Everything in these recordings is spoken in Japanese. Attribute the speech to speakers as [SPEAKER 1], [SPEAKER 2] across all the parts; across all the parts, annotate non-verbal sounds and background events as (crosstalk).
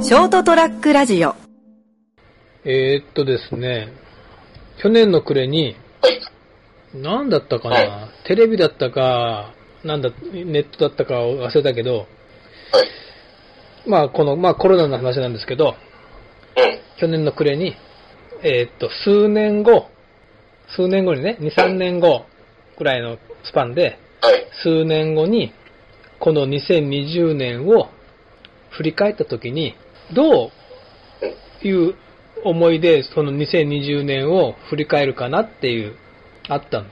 [SPEAKER 1] ショートトラックラジオ
[SPEAKER 2] えー、っとですね、去年の暮れに、なんだったかな、テレビだったか、なんだ、ネットだったかを忘れたけど、まあ、この、まあ、コロナの話なんですけど、去年の暮れに、えーっと、数年後、数年後にね、2、3年後くらいのスパンで、数年後に、この2020年を振り返った時に、どういう思いで、その2020年を振り返るかなっていう、あったの。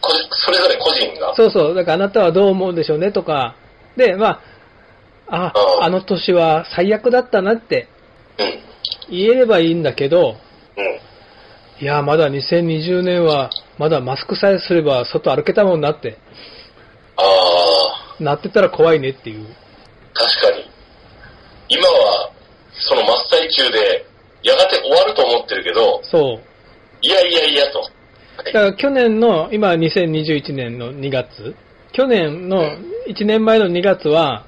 [SPEAKER 3] こそれぞれ個人が。
[SPEAKER 2] そうそう、だからあなたはどう思うんでしょうねとか、で、まあ、あ、あの年は最悪だったなって
[SPEAKER 3] うん。
[SPEAKER 2] 言えればいいんだけど、
[SPEAKER 3] うん。
[SPEAKER 2] いや、まだ2020年は、まだマスクさえすれば外歩けたもんなって、
[SPEAKER 3] ああ、
[SPEAKER 2] なってたら怖いねっていう。
[SPEAKER 3] 確かに。今は、その真っ最中で、やがて終わると思ってるけど、
[SPEAKER 2] そう。
[SPEAKER 3] いやいやいやと。
[SPEAKER 2] だから去年の、今2021年の2月、去年の1年前の2月は、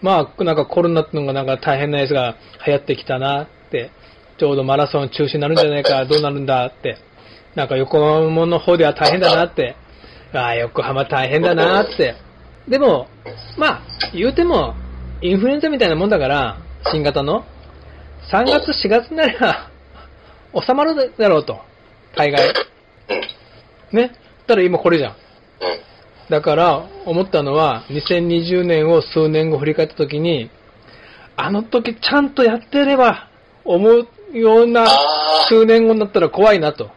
[SPEAKER 2] まあ、なんかコロナってのがなんか大変なやつが流行ってきたなって、ちょうどマラソン中止になるんじゃないか、どうなるんだって、なんか横浜の方では大変だなって、ああ、横浜大変だなって。でも、まあ、言うても、インフルエンザみたいなもんだから、新型の、3月、4月になれば、収まるだろうと、海外。
[SPEAKER 3] うん。
[SPEAKER 2] ね。たら今これじゃん。
[SPEAKER 3] うん。
[SPEAKER 2] だから、思ったのは、2020年を数年後振り返った時に、あの時ちゃんとやってれば、思うような
[SPEAKER 3] あー
[SPEAKER 2] 数年後になったら怖いなと。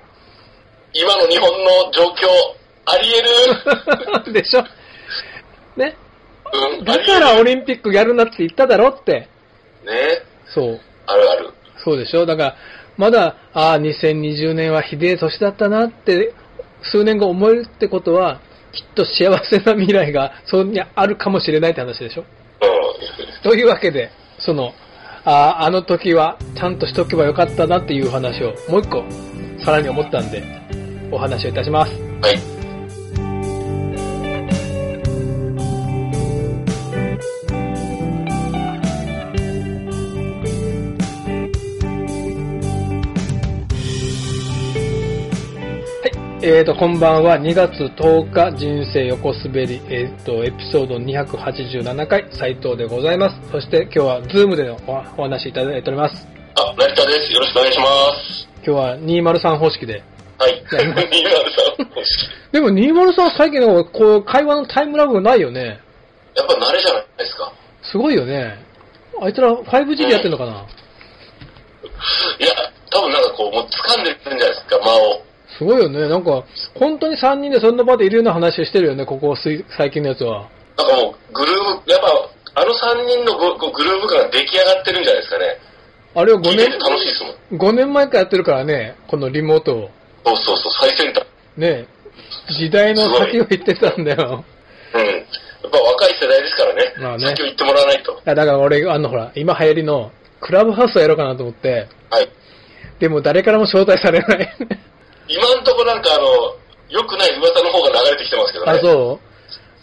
[SPEAKER 2] (laughs)
[SPEAKER 3] 今の日本の状況、あり得る。
[SPEAKER 2] でしょね。
[SPEAKER 3] うん、
[SPEAKER 2] (laughs)
[SPEAKER 3] あ
[SPEAKER 2] だ
[SPEAKER 3] り
[SPEAKER 2] か
[SPEAKER 3] 得
[SPEAKER 2] らオリンピックやるなって言っただろって。
[SPEAKER 3] る。ね。
[SPEAKER 2] そう。
[SPEAKER 3] あるある。
[SPEAKER 2] そうでしょだから、まだ、ああ、2020年はひでえ年だったなって、数年後思えるってことは、きっと幸せな未来が、そこにあるかもしれないって話でしょ
[SPEAKER 3] う
[SPEAKER 2] (laughs)
[SPEAKER 3] ん。
[SPEAKER 2] というわけで、その、ああの時はちゃんとしとけばよかったなっていう話をもう一個さらに思ったんでお話をいたします。
[SPEAKER 3] はい。
[SPEAKER 2] えーと、こんばんは。2月10日人生横滑り、えーと、エピソード287回斉藤でございます。そして今日はズームでのおお話いただいております。
[SPEAKER 3] あ、成田です。よろしくお願いします。
[SPEAKER 2] 今日は203方式で。
[SPEAKER 3] はい。
[SPEAKER 2] やり
[SPEAKER 3] (laughs) 二
[SPEAKER 2] ま
[SPEAKER 3] 丸
[SPEAKER 2] す
[SPEAKER 3] さん、公式
[SPEAKER 2] でも203最近のこう会話のタイムラグがないよね。
[SPEAKER 3] やっぱ慣れじゃないですか。
[SPEAKER 2] すごいよね。あいつら 5G でやってんのかない
[SPEAKER 3] や、多分なんかこう、もう掴んでるんじゃないですか、間を。
[SPEAKER 2] すごいよね。なんか、本当に3人でそんな場でいるような話をしてるよね、ここすい最近のやつは。
[SPEAKER 3] なんかもう、グルーブ、やっぱ、あの3人のごこうグルーブ感が出来上がってるんじゃないですかね。
[SPEAKER 2] あれを5
[SPEAKER 3] 聞い (laughs) てて楽しい
[SPEAKER 2] 年、
[SPEAKER 3] ですもん。
[SPEAKER 2] 5年前からやってるからね、このリモートを。
[SPEAKER 3] そうそうそう、最先端。
[SPEAKER 2] ね、時代の先を言ってたんだよ。
[SPEAKER 3] うん。やっぱ若い世代ですからね。
[SPEAKER 2] まあね
[SPEAKER 3] 先を言ってもらわないと。
[SPEAKER 2] いやだから俺、あのほら、今流行りの、クラブハウスをやろうかなと思って、
[SPEAKER 3] はい。
[SPEAKER 2] でも誰からも招待されない。
[SPEAKER 3] 今んとこなんかあの、良くない噂の方が流れてきてますけどね。
[SPEAKER 2] あ、そ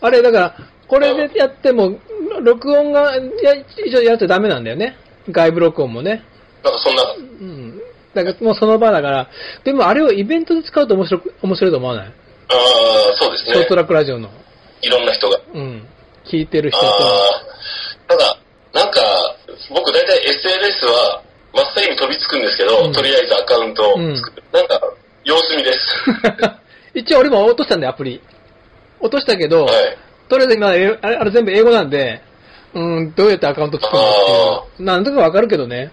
[SPEAKER 2] うあれ、だから、これでやっても、録音が、や一応やっちゃダメなんだよね。外部録音もね。
[SPEAKER 3] なんかそんな、
[SPEAKER 2] うん。だからもうその場だから、でもあれをイベントで使うと面白く、面白いと思わない
[SPEAKER 3] ああ、そうです
[SPEAKER 2] ショート
[SPEAKER 3] ね。
[SPEAKER 2] ラックラジオの。
[SPEAKER 3] いろんな人が。
[SPEAKER 2] うん。聞いてる人と。
[SPEAKER 3] ああ、ただ、なんか、僕大体 SNS は真っ先に飛びつくんですけど、
[SPEAKER 2] うん
[SPEAKER 3] とりあえずアカウントを作る。なんか、様
[SPEAKER 2] (laughs)
[SPEAKER 3] 子見です。
[SPEAKER 2] 一応俺も落としたんだよ、アプリ。落としたけど、
[SPEAKER 3] はい。
[SPEAKER 2] とりあえず今、えあれあれ全部英語なんで、うん、どうやってアカウント作るの
[SPEAKER 3] あ
[SPEAKER 2] っていう。なんとかわかるけどね。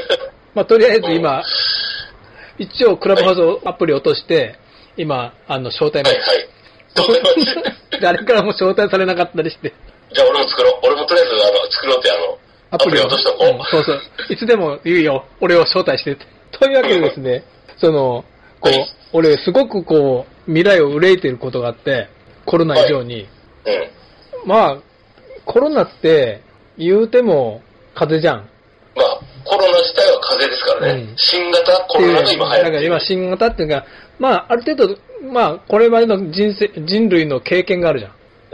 [SPEAKER 3] (laughs)
[SPEAKER 2] まあ、とりあえず今、一応クラブハウスをアプリ落として、今、あの、招待
[SPEAKER 3] はい
[SPEAKER 2] 待
[SPEAKER 3] (laughs) はい。そうなります。
[SPEAKER 2] ち (laughs) 誰からも招待されなかったりして。
[SPEAKER 3] (laughs) じゃあ俺も作ろう。俺もとりあえずあの作ろうってあの、アプリ落としとこう。
[SPEAKER 2] うんそうそう。いつでも言うよ。俺を招待してって。というわけでですね、その、こう
[SPEAKER 3] はい、
[SPEAKER 2] 俺すごくこう、未来を憂いていることがあって、コロナ以上に。
[SPEAKER 3] うん。
[SPEAKER 2] まあ、コロナって、言うても、風邪じゃん。っ
[SPEAKER 3] まあ、コロナ自体は風邪ですからね。
[SPEAKER 2] うん
[SPEAKER 3] 新型コ
[SPEAKER 2] てい
[SPEAKER 3] ロ
[SPEAKER 2] う
[SPEAKER 3] ナが今流
[SPEAKER 2] だ
[SPEAKER 3] 行って
[SPEAKER 2] から
[SPEAKER 3] る。
[SPEAKER 2] 今新型っていうか、まあ、ある程度、まあ、これまでの人生、人類の経験があるじゃん。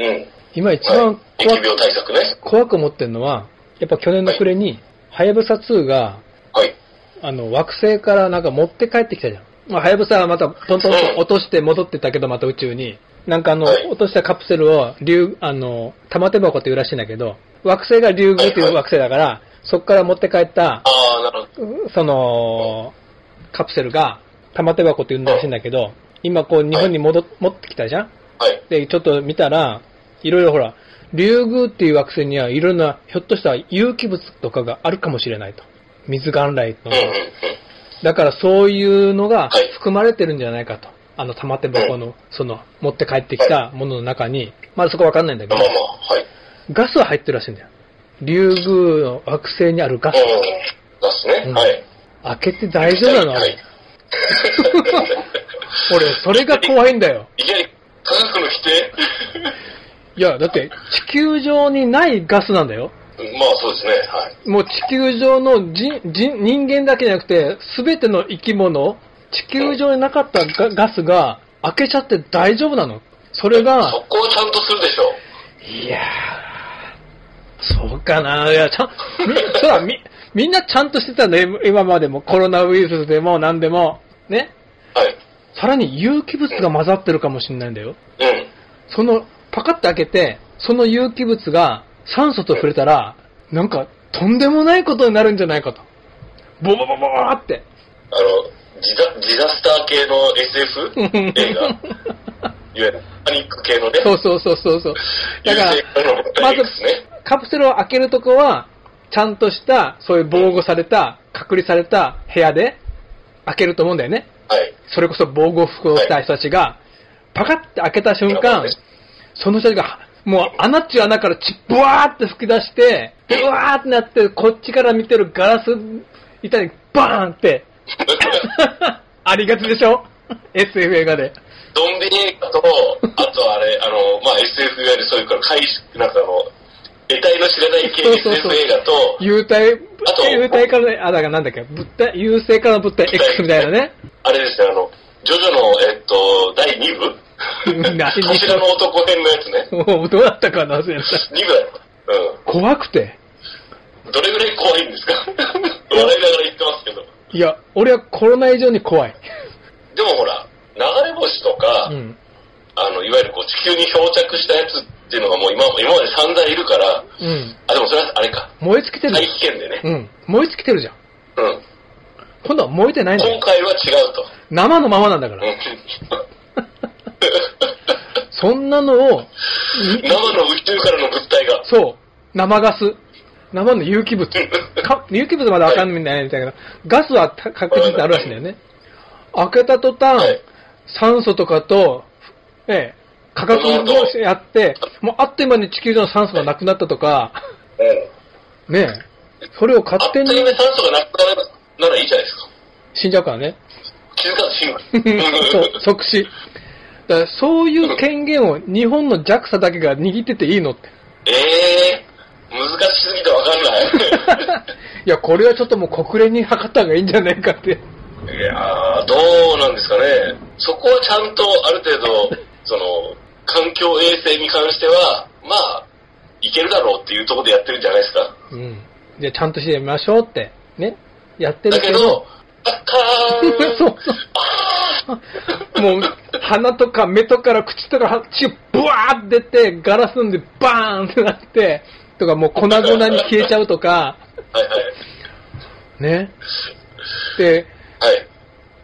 [SPEAKER 3] うん。
[SPEAKER 2] 今一
[SPEAKER 3] は
[SPEAKER 2] 番
[SPEAKER 3] い。疫
[SPEAKER 2] 怖く
[SPEAKER 3] 病対策ね。
[SPEAKER 2] 怖く思ってるのは、やっぱ去年の暮れに、はやぶさ2が、
[SPEAKER 3] はい。
[SPEAKER 2] あの、惑星からなんか持って帰ってきたじゃん。まあ、はやぶさはまたトントンと落として戻ってったけど、また宇宙に。なんかあの、
[SPEAKER 3] はい
[SPEAKER 2] 落としたカプセルを、竜、あの、玉手箱っていうらしいんだけど、惑星が竜宮っていう惑星だから、そこから持って帰った、
[SPEAKER 3] ああ、なるほど。
[SPEAKER 2] その、カプセルが玉手箱っていうんらしいんだけど、今こう日本に戻っ、持ってきたじゃん
[SPEAKER 3] はい。
[SPEAKER 2] で、ちょっと見たら、いろいろほら、竜宮っていう惑星にはいろんな、ひょっとしたら有機物とかがあるかもしれないと。水元来
[SPEAKER 3] う
[SPEAKER 2] の
[SPEAKER 3] んうんうん。
[SPEAKER 2] だからそういうのが
[SPEAKER 3] はい
[SPEAKER 2] 含まれてるんじゃないかと。あの玉手箱の、その、持って帰ってきたものの中に、まだそこわかんないんだけ
[SPEAKER 3] まあ
[SPEAKER 2] ど
[SPEAKER 3] ま、あ、はい。
[SPEAKER 2] ガスは入ってるらしいんだよ。竜宮の惑星にあるガス。
[SPEAKER 3] うん。出すね。
[SPEAKER 2] うん
[SPEAKER 3] はい。
[SPEAKER 2] 開けて大丈夫なのあ
[SPEAKER 3] は
[SPEAKER 2] れ
[SPEAKER 3] い。。
[SPEAKER 2] 俺、それが怖いんだよ。
[SPEAKER 3] いきなり科学の否定 (laughs)
[SPEAKER 2] いや、だって、地球上にないガスなんだよ。
[SPEAKER 3] まあそうですね。はい。
[SPEAKER 2] もう地球上の人人人間だけじゃなくて、すべての生き物、地球上になかったガガスが開けちゃって大丈夫なのそれ
[SPEAKER 3] そ
[SPEAKER 2] が、
[SPEAKER 3] こをちゃんとするでしょう。
[SPEAKER 2] いやー、そうかないや、ちゃん、み、そら、み、みんなちゃんとしてたんだよ、今までも。コロナウイルスでも何でも。ね。
[SPEAKER 3] はい。
[SPEAKER 2] さらに有機物が混ざってるかもしれないんだよ。
[SPEAKER 3] うん。
[SPEAKER 2] その、パカッて開けて、その有機物が酸素と触れたら、なんか、とんでもないことになるんじゃないかと。ボボボボボーって。
[SPEAKER 3] あの、ジザジザスター系の SF 映画、いわゆるパニック系のね、
[SPEAKER 2] (laughs) そうそうそうそうそう。だから
[SPEAKER 3] 優、勢のパ
[SPEAKER 2] ま
[SPEAKER 3] ニックです
[SPEAKER 2] ず
[SPEAKER 3] ね。、
[SPEAKER 2] カプセルを開けるとこは、ちゃんとした、そういう防護された、隔離された部屋で開けると思うんだよね。
[SPEAKER 3] はい。
[SPEAKER 2] それこそ防護服を着た人たちが、パカッて開けた瞬間、その人たちが、もう穴っちゅう穴からちぶわーって吹き出して、うわーってなって、こっちから見てるガラス板にバーンって、 (laughs) ありがちでしょ ?SF 映画で。
[SPEAKER 3] ゾンビ映画と、あとあれ、あの、まあ、SF いわゆるそういうから、怪獣なんかあの、得体の知らない系
[SPEAKER 2] そうそうそう
[SPEAKER 3] SF 映画と、
[SPEAKER 2] 幽体
[SPEAKER 3] あ、と
[SPEAKER 2] 幽体からね、あ、だからなんだっけ、物体、幽星からの物体 X みたいなね。
[SPEAKER 3] あれですね、あの、ジョジョの、えっと、第2部 (laughs)
[SPEAKER 2] 何
[SPEAKER 3] 柱の男編のやつね。
[SPEAKER 2] (laughs) もうどうだったかな、忘れた。
[SPEAKER 3] 2部だった。う
[SPEAKER 2] 怖くて。
[SPEAKER 3] ん。どれぐらい怖いん (laughs) ですか笑いながら言ってますけど。
[SPEAKER 2] いや、俺はコロナ以上に怖い。
[SPEAKER 3] でもほら、流れ星とか、
[SPEAKER 2] うん。
[SPEAKER 3] あの、いわゆるこう地球に漂着したやつっていうのがもう今今まで散々いるから、
[SPEAKER 2] うん。
[SPEAKER 3] あ、でもそれはあれか、
[SPEAKER 2] 燃え尽きてる
[SPEAKER 3] 大気圏でね
[SPEAKER 2] う。ん。燃え尽きてるじゃん。
[SPEAKER 3] うん。
[SPEAKER 2] 今度は燃えてないんだよ
[SPEAKER 3] 今。回は違うと。
[SPEAKER 2] 生のままなんだか
[SPEAKER 3] う (laughs)
[SPEAKER 2] ら。
[SPEAKER 3] ん
[SPEAKER 2] そんなのを、
[SPEAKER 3] 生の宇宙からの物体が。
[SPEAKER 2] そう、生ガス。生の有機物。か有機物まだわかんないんだけど、ガスは確実にあるらしいんだよね。開けた途端、
[SPEAKER 3] はい。
[SPEAKER 2] 酸素とかと、ええ、化学反応してやって、もうあっという間に地球上の酸素がなくなったとか、
[SPEAKER 3] うん。
[SPEAKER 2] ねえ、それを勝
[SPEAKER 3] あっと
[SPEAKER 2] 手
[SPEAKER 3] いう
[SPEAKER 2] に
[SPEAKER 3] 間に酸素がなくなるならいいじゃないですか。
[SPEAKER 2] 死んじゃうからね。。
[SPEAKER 3] 気づかず死ぬ
[SPEAKER 2] そう、即死。だからそういう権限を日本の JAXA だけが握ってていいのって。
[SPEAKER 3] えー、難しすぎてわかんない
[SPEAKER 2] や、これはちょっともう国連に測った方がいいんじゃないかって。
[SPEAKER 3] い。いやー、どうなんですかね。そこはちゃんとある程度、その、環境衛生に関しては、まあ、いけるだろうっていうところでやってるんじゃないですか。
[SPEAKER 2] うん。じゃあちゃんとしてみましょうって。ね。やってる
[SPEAKER 3] だ
[SPEAKER 2] け
[SPEAKER 3] け
[SPEAKER 2] ど
[SPEAKER 3] ど。、あっか
[SPEAKER 2] (laughs)
[SPEAKER 3] ー
[SPEAKER 2] そうそう。もう、鼻とか目とかから口とかは血がブワーって出て、ガラスなんでバーンってなって、とかもう粉々に消えちゃうとか、
[SPEAKER 3] はいはい。
[SPEAKER 2] ね。で、
[SPEAKER 3] はい。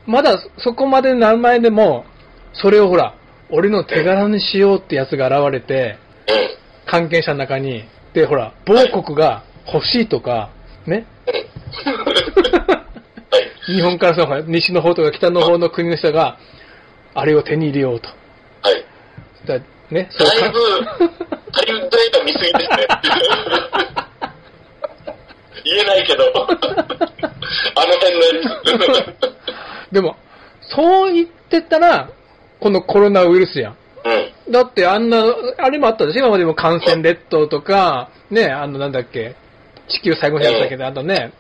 [SPEAKER 2] まだそこまで名前でも、それをほら、俺の手柄にしようってやつが現れて、
[SPEAKER 3] うん。
[SPEAKER 2] 関係者の中に、で、ほら、某国が欲しいとか、ね。
[SPEAKER 3] はい。
[SPEAKER 2] 日本からさ、西の方とか北の方の国の人が、あれを手に入れようと。
[SPEAKER 3] はい。
[SPEAKER 2] だね、そう
[SPEAKER 3] だい
[SPEAKER 2] か
[SPEAKER 3] ぶ、ハリウッド映画見す
[SPEAKER 2] (laughs)
[SPEAKER 3] ぎですね。言えないけど、あの辺のや
[SPEAKER 2] (laughs)
[SPEAKER 3] つ。
[SPEAKER 2] でも、そう言ってたら、このコロナウイルスやん。
[SPEAKER 3] うん。
[SPEAKER 2] だってあんな、あれもあったでしょ今までも感染列島とか、ね、あのなんだっけ、地球最後のやつだけど、あとね、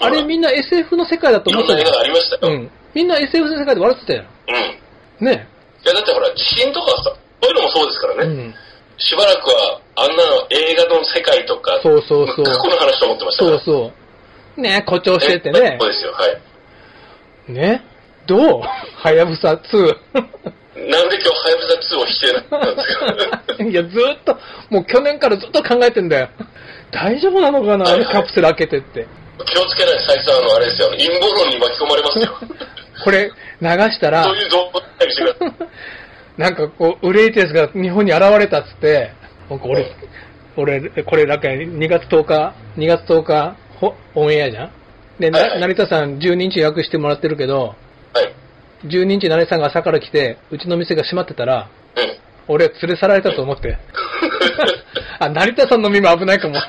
[SPEAKER 2] あれみんな SF の世界だと
[SPEAKER 3] い
[SPEAKER 2] 思
[SPEAKER 3] ろ
[SPEAKER 2] っ
[SPEAKER 3] ん
[SPEAKER 2] た
[SPEAKER 3] な映
[SPEAKER 2] じ
[SPEAKER 3] 画があ
[SPEAKER 2] ゃ
[SPEAKER 3] りました
[SPEAKER 2] ん。
[SPEAKER 3] よ。
[SPEAKER 2] うん。みんな SF の世界で笑ってたじゃ
[SPEAKER 3] うん。
[SPEAKER 2] ん。
[SPEAKER 3] い
[SPEAKER 2] ね。
[SPEAKER 3] や、だってほら、地震とかさ、そういうのもそうですから
[SPEAKER 2] う
[SPEAKER 3] ね。
[SPEAKER 2] ん。
[SPEAKER 3] しばらくは、あんなの映画の世界とか、
[SPEAKER 2] そうそうそう
[SPEAKER 3] 過去の話と思ってましたか
[SPEAKER 2] そ
[SPEAKER 3] ら。
[SPEAKER 2] うそう。ね、誇張しててね
[SPEAKER 3] そ。うですよ、はい。
[SPEAKER 2] ね。どうはやぶさ2。
[SPEAKER 3] (laughs) なんで今日、ハヤブサ2を否定だったんですか
[SPEAKER 2] いや、ずーっと、もう去年からずっと考えてんだよ。大丈夫なのかなあのカプセル開けてって。
[SPEAKER 3] 気をつけないと、最初はあの、あれですよ、あの陰謀論に巻き込まれま
[SPEAKER 2] (laughs)
[SPEAKER 3] すよ。
[SPEAKER 2] これ、流したら
[SPEAKER 3] そ、ういう動画にしてください。
[SPEAKER 2] なんかこう、憂いですが日本に現れたっつって、なんか俺、俺、これなんか2月10日、2月10日、ほオンエアじゃんで、
[SPEAKER 3] はいは
[SPEAKER 2] ない成田さん12日予約してもらってるけど、
[SPEAKER 3] はい。
[SPEAKER 2] 12日成田さんが朝から来て、うちの店が閉まってたら、
[SPEAKER 3] うん。 (laughs)
[SPEAKER 2] 俺連れ去られたと思って。あ、成田さんの身も危ないかも。
[SPEAKER 3] あ、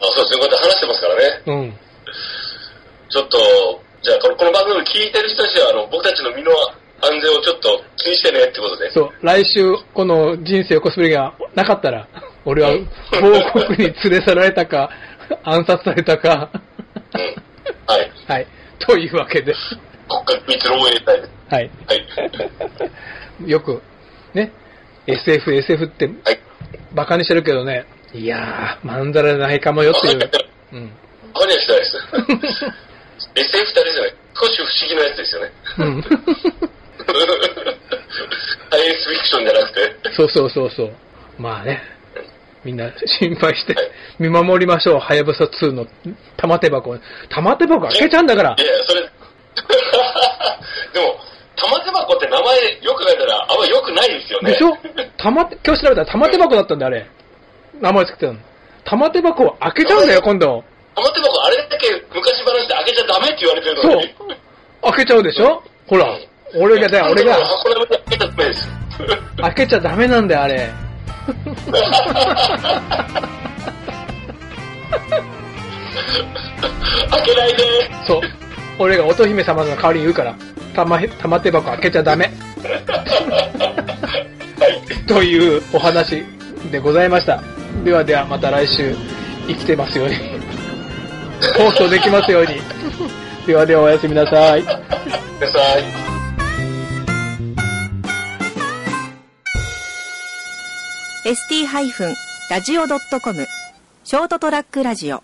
[SPEAKER 3] そうですね、こうやって話してますからね。
[SPEAKER 2] うん。
[SPEAKER 3] ちょっと、じゃあこの、この番組聞いてる人たちは、あの、僕たちの身の安全をちょっと気にしてねってことで。
[SPEAKER 2] そう、来週、この人生横滑りがなかったら、俺は報告に連れ去られたか、暗殺されたか、
[SPEAKER 3] うん。はい。
[SPEAKER 2] はい。というわけで、
[SPEAKER 3] 国家秘密漏洩罪です。
[SPEAKER 2] はい。
[SPEAKER 3] はい。
[SPEAKER 2] よく、ね、SF、SF って
[SPEAKER 3] はい。
[SPEAKER 2] バカにしてるけどね、いやー、まんざらないかもよって
[SPEAKER 3] (laughs)
[SPEAKER 2] いう。うん。
[SPEAKER 3] 他にはしてないです。SF ってあれじゃない少し不思議なやつですよね。 (laughs)
[SPEAKER 2] うん。 (laughs)
[SPEAKER 3] サイエンスフィクションじゃなくて。
[SPEAKER 2] そうそうそうそう。まあね、みんな心配して見守りましょう、はやぶさ2の玉手箱。玉手箱開けちゃうんだから
[SPEAKER 3] い。やいや、それ、 (laughs) でも、玉手箱って名前よく書いたらあんま良くないですよね。
[SPEAKER 2] でしょ玉手、今日調べたら玉手箱だったんだよ、あれ。名前つけてたの。玉手箱を開けちゃうんだよ、今度。
[SPEAKER 3] 玉手箱あれだけ昔話で開けちゃダメって言われてるのに。
[SPEAKER 2] そう開けちゃうでしょほら、俺がだよ、俺が。
[SPEAKER 3] 箱の上で開けちゃダメ
[SPEAKER 2] (laughs)
[SPEAKER 3] です。
[SPEAKER 2] 開けちゃダメなんだよ、あれ。
[SPEAKER 3] 開けないで
[SPEAKER 2] そう。俺が乙姫様の代わりに言うから、玉へ、玉手箱開けちゃダメ。 (laughs) というお話でございました。ではでは、また来週、生きてますように。放送できますように。ではでは、おやすみなさい。
[SPEAKER 3] ください。
[SPEAKER 1] ST-radio.com ショートトラックラジオ